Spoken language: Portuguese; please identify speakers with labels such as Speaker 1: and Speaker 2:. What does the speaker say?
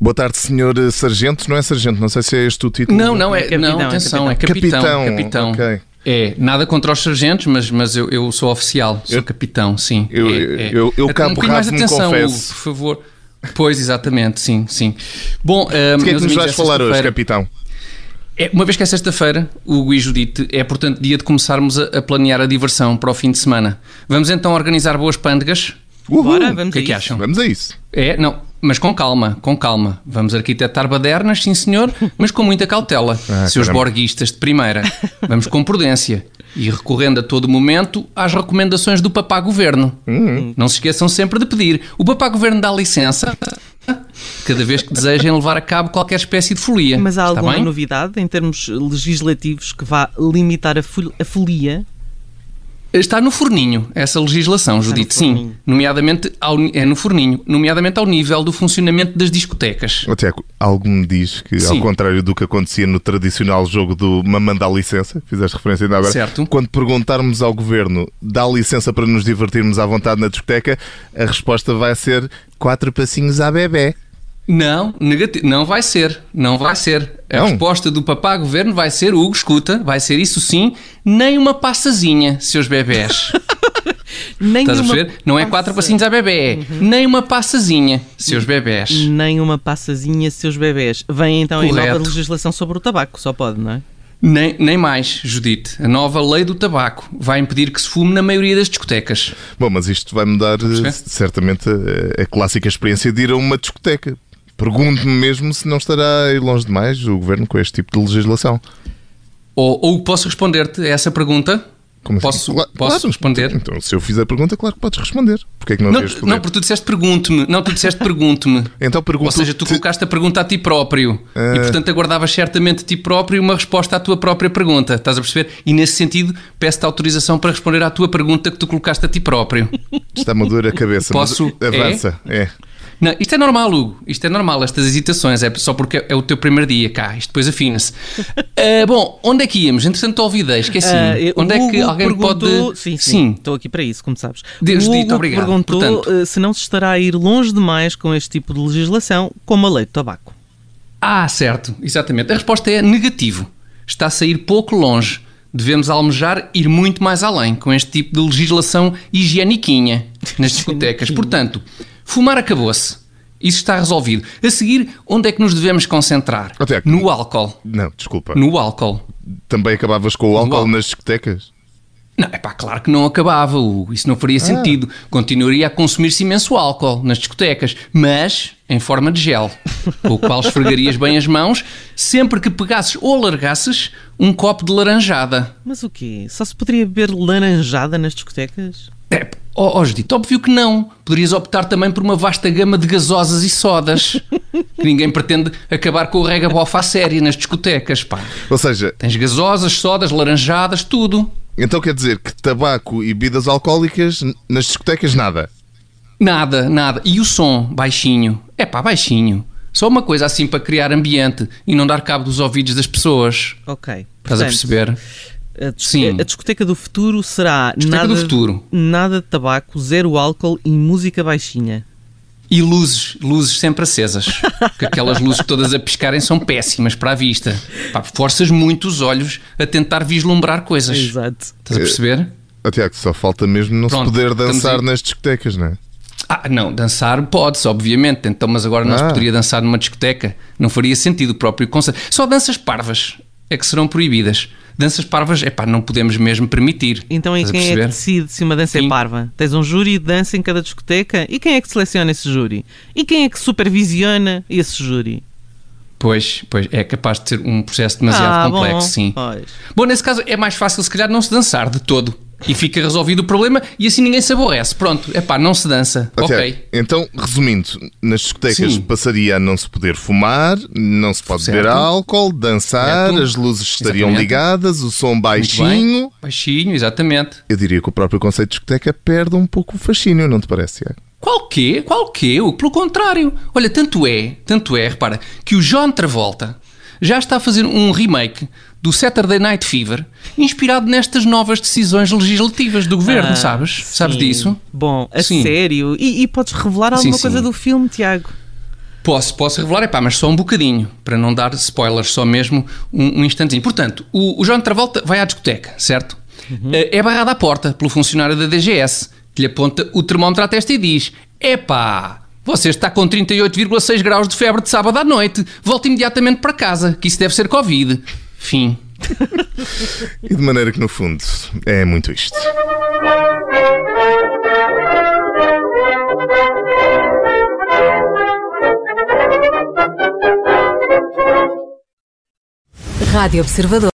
Speaker 1: Boa tarde, senhor sargento. Não é sargento, não sei se é este o título.
Speaker 2: Não, não, é, não atenção, é capitão.
Speaker 1: Capitão,
Speaker 2: capitão.
Speaker 1: ok.
Speaker 2: É, nada contra os sargentos, mas, mas eu, eu sou oficial, sou
Speaker 1: Eu-
Speaker 2: capitão, sim.
Speaker 1: eu-
Speaker 2: é, é.
Speaker 1: eu- eu
Speaker 2: Um
Speaker 1: cabo
Speaker 2: bocadinho mais de
Speaker 1: rato, me
Speaker 2: atenção,
Speaker 1: confesso.
Speaker 2: Hugo, por favor. Pois, exatamente, sim, sim. Bom, eh,
Speaker 1: O que é que nos vais falar hoje, capitão?
Speaker 2: É, uma vez que é sexta-feira, Hugo e Judite, é portanto dia de começarmos a, a planear a diversão para o fim de semana. Vamos então organizar boas pândegas?
Speaker 1: Uhul!
Speaker 3: Bora, vamos
Speaker 2: O que é
Speaker 3: a
Speaker 2: que
Speaker 3: isso.
Speaker 2: acham?
Speaker 1: Vamos a isso.
Speaker 2: É, não, mas com calma, com calma. Vamos arquitetar badernas, sim senhor, mas com muita cautela.
Speaker 1: Ah,
Speaker 2: Seus
Speaker 1: caramba.
Speaker 2: borguistas de primeira. Vamos com prudência e recorrendo a todo momento às recomendações do papá governo.
Speaker 1: Hum.
Speaker 2: Não se esqueçam sempre de pedir. O papá governo dá licença cada vez que desejem levar a cabo qualquer espécie de folia.
Speaker 3: Mas há
Speaker 2: Está
Speaker 3: alguma
Speaker 2: bem?
Speaker 3: novidade em termos legislativos que vá limitar a, fol- a folia?
Speaker 2: Está no forninho essa legislação,
Speaker 3: no
Speaker 2: Judite, sim.
Speaker 3: forninho.
Speaker 2: Nomeadamente ao, ni- é no forninho, nomeadamente ao nível do funcionamento das discotecas.
Speaker 1: Ô, Tiago, algo me diz que, ao
Speaker 2: Sim.
Speaker 1: contrário do que acontecia no tradicional jogo do Mamanda à licença, fizeste referência ainda agora,
Speaker 2: Certo.
Speaker 1: quando perguntarmos ao governo dá licença para nos divertirmos à vontade na discoteca, a resposta vai ser quatro passinhos à bebê.
Speaker 2: Não, negativo. Não vai ser. Não vai ser. A
Speaker 1: Não?
Speaker 2: resposta do papá governo vai ser, Hugo, escuta, vai ser isso sim, nem uma passazinha, seus bebés.
Speaker 3: Nem
Speaker 2: Estás a
Speaker 3: uma
Speaker 2: perceber? Não é quatro
Speaker 3: passa-
Speaker 2: passinhos a bebê,
Speaker 1: Uhum.
Speaker 2: nem uma passazinha, seus bebés.
Speaker 3: Nem uma passazinha, seus bebés. Vem então a nova
Speaker 2: Correto.
Speaker 3: legislação sobre o tabaco, só pode, não é?
Speaker 2: Nem, nem mais, Judite. A nova lei do tabaco vai impedir que se fume na maioria das discotecas.
Speaker 1: Bom, mas isto vai mudar eh,
Speaker 2: perceber?
Speaker 1: certamente eh, a, a clássica experiência de ir a uma discoteca. Pergunto-me mesmo se não estará a ir longe demais o governo com este tipo de legislação.
Speaker 2: Ou, ou posso responder-te a essa pergunta?
Speaker 1: Como assim?
Speaker 2: posso
Speaker 1: Cla-
Speaker 2: posso
Speaker 1: claro,
Speaker 2: responder?
Speaker 1: Então, se eu fiz a pergunta, claro que podes responder. Porquê é que não,
Speaker 2: Não,
Speaker 1: devias responder?
Speaker 2: não, porque tu disseste pergunte-me. Não, tu disseste pergunte-me.
Speaker 1: Então pergunto
Speaker 2: Ou seja, tu
Speaker 1: te-
Speaker 2: colocaste a pergunta a ti próprio
Speaker 1: Ah.
Speaker 3: É.
Speaker 2: e, portanto, aguardavas certamente de ti próprio uma resposta à tua própria pergunta. Estás a perceber? E, nesse sentido, peço-te autorização para responder à tua pergunta que tu colocaste a ti próprio.
Speaker 1: Está-me a doer a cabeça.
Speaker 2: Posso-
Speaker 1: Mas avança. É?
Speaker 2: Não, isto é normal, Hugo. Isto é normal, estas hesitações. É só porque é o teu primeiro dia cá. Isto depois afina-se. Ah, bom, onde é que íamos? Entretanto, olvidei. Esqueci.
Speaker 3: Ah, eh,
Speaker 2: onde
Speaker 3: o
Speaker 2: é que
Speaker 3: Hugo
Speaker 2: alguém
Speaker 3: perguntou...
Speaker 2: pode.
Speaker 3: Sim, sim, estou aqui para isso, como sabes.
Speaker 2: Deus
Speaker 3: o Hugo
Speaker 2: dito, obrigado.
Speaker 3: perguntou
Speaker 2: Portanto-
Speaker 3: eh, se não se estará a ir longe demais com este tipo de legislação, como a lei do tabaco.
Speaker 2: Ah, certo, exatamente. A resposta é negativo. Está a sair pouco longe. Devemos almejar ir muito mais além com este tipo de legislação higieniquinha nas discotecas. Portanto, fumar acabou-se. Isso está resolvido. A seguir, onde é que nos devemos concentrar?
Speaker 1: Ó, Tiago,
Speaker 2: No álcool.
Speaker 1: Não, desculpa.
Speaker 2: No álcool.
Speaker 1: Também acabavas com o álcool
Speaker 2: álcool.
Speaker 1: nas discotecas?
Speaker 2: Não, é pá, claro que não acabava, Hugo. Isso não faria sentido. Continuaria a consumir-se imenso álcool nas discotecas, mas em forma de gel, com o qual esfregarias bem as mãos sempre que pegasses ou largasses um copo de laranjada.
Speaker 3: Mas o quê? Só se poderia beber laranjada nas discotecas?
Speaker 2: É, pá, ó oh, Judito, óbvio que não. Poderias optar também por uma vasta gama de gasosas e sodas. Que ninguém pretende acabar com o rega-bofa à séria nas discotecas, pá.
Speaker 1: Ou seja,
Speaker 2: Tens gasosas, sodas, laranjadas, tudo.
Speaker 1: então quer dizer que tabaco e bebidas alcoólicas n- nas discotecas nada?
Speaker 2: Nada, nada. E o som, baixinho. É pá, baixinho. Só uma coisa assim para criar ambiente e não dar cabo dos ouvidos das pessoas.
Speaker 3: Ok.
Speaker 2: Estás a
Speaker 3: Portanto,
Speaker 2: perceber?
Speaker 3: A, dis-
Speaker 2: Sim.
Speaker 3: a discoteca do futuro será
Speaker 2: Discoteca
Speaker 3: nada,
Speaker 2: do futuro.
Speaker 3: nada de tabaco, zero álcool e música baixinha.
Speaker 2: E luzes, luzes sempre acesas. Porque aquelas luzes todas a piscarem são péssimas para a vista. Pá, forças muito os olhos a tentar vislumbrar coisas.
Speaker 3: Exato.
Speaker 2: Estás a perceber?
Speaker 1: Ó, Ah, Tiago, só falta mesmo não
Speaker 2: Pronto,
Speaker 1: se poder
Speaker 2: estamos
Speaker 1: dançar
Speaker 2: aí.
Speaker 1: nas discotecas, não é?
Speaker 2: Ah, não, dançar pode-se, obviamente. Então, mas agora não se
Speaker 1: Ah.
Speaker 2: poderia dançar numa discoteca. Não faria sentido o próprio conceito. Só danças parvas é que serão proibidas. Danças parvas, é pá, não podemos mesmo permitir.
Speaker 3: Então, e
Speaker 2: Estás a
Speaker 3: quem é que
Speaker 2: perceber?
Speaker 3: decide se uma dança
Speaker 2: Sim.
Speaker 3: é parva? Tens um júri de dança em cada discoteca? E quem é que seleciona esse júri? E quem é que supervisiona esse júri?
Speaker 2: Pois, pois, é capaz de ser um processo demasiado
Speaker 3: Ah,
Speaker 2: complexo,
Speaker 3: bom,
Speaker 2: sim.
Speaker 3: pois.
Speaker 2: Bom, nesse caso é mais fácil, se calhar, não se dançar de todo. E fica resolvido o problema e assim ninguém se aborrece. Pronto, é pá, não se dança.
Speaker 1: Ó,
Speaker 2: ok.
Speaker 1: Tiago, então, resumindo, nas discotecas
Speaker 2: Sim.
Speaker 1: passaria a não se poder fumar, não se pode
Speaker 2: Certo.
Speaker 1: beber álcool, dançar,
Speaker 2: Certo.
Speaker 1: as luzes estariam
Speaker 2: Exatamente.
Speaker 1: ligadas, o som
Speaker 2: Muito bem.
Speaker 1: baixinho.
Speaker 2: Baixinho, exatamente.
Speaker 1: Eu diria que o próprio conceito de discoteca perde um pouco o fascínio, não te parece, Tiago?
Speaker 2: Qual quê? Qual quê? Eu, Pelo contrário. Olha, tanto é, tanto é, repara, que o John Travolta já está a fazer um remake do Saturday Night Fever, inspirado nestas novas decisões legislativas do governo,
Speaker 3: Ah,
Speaker 2: sabes? Sabes
Speaker 3: sim.
Speaker 2: disso?
Speaker 3: Bom, a
Speaker 2: Sim.
Speaker 3: sério. E, e podes revelar alguma
Speaker 2: Sim, sim.
Speaker 3: coisa do filme, Tiago?
Speaker 2: Posso, posso revelar, epá, mas só um bocadinho, para não dar spoilers, só mesmo um, um instantinho. Portanto, o, o João Travolta vai à discoteca, certo? Eh, É barrado à porta pelo funcionário da DGS, que lhe aponta o termómetro à testa e diz: Epá, você está com 38,6 graus de febre de sábado à noite, volte imediatamente para casa, que isso deve ser Covid. Fim.
Speaker 1: E de maneira que, no fundo, é muito isto.
Speaker 4: Rádio Observador.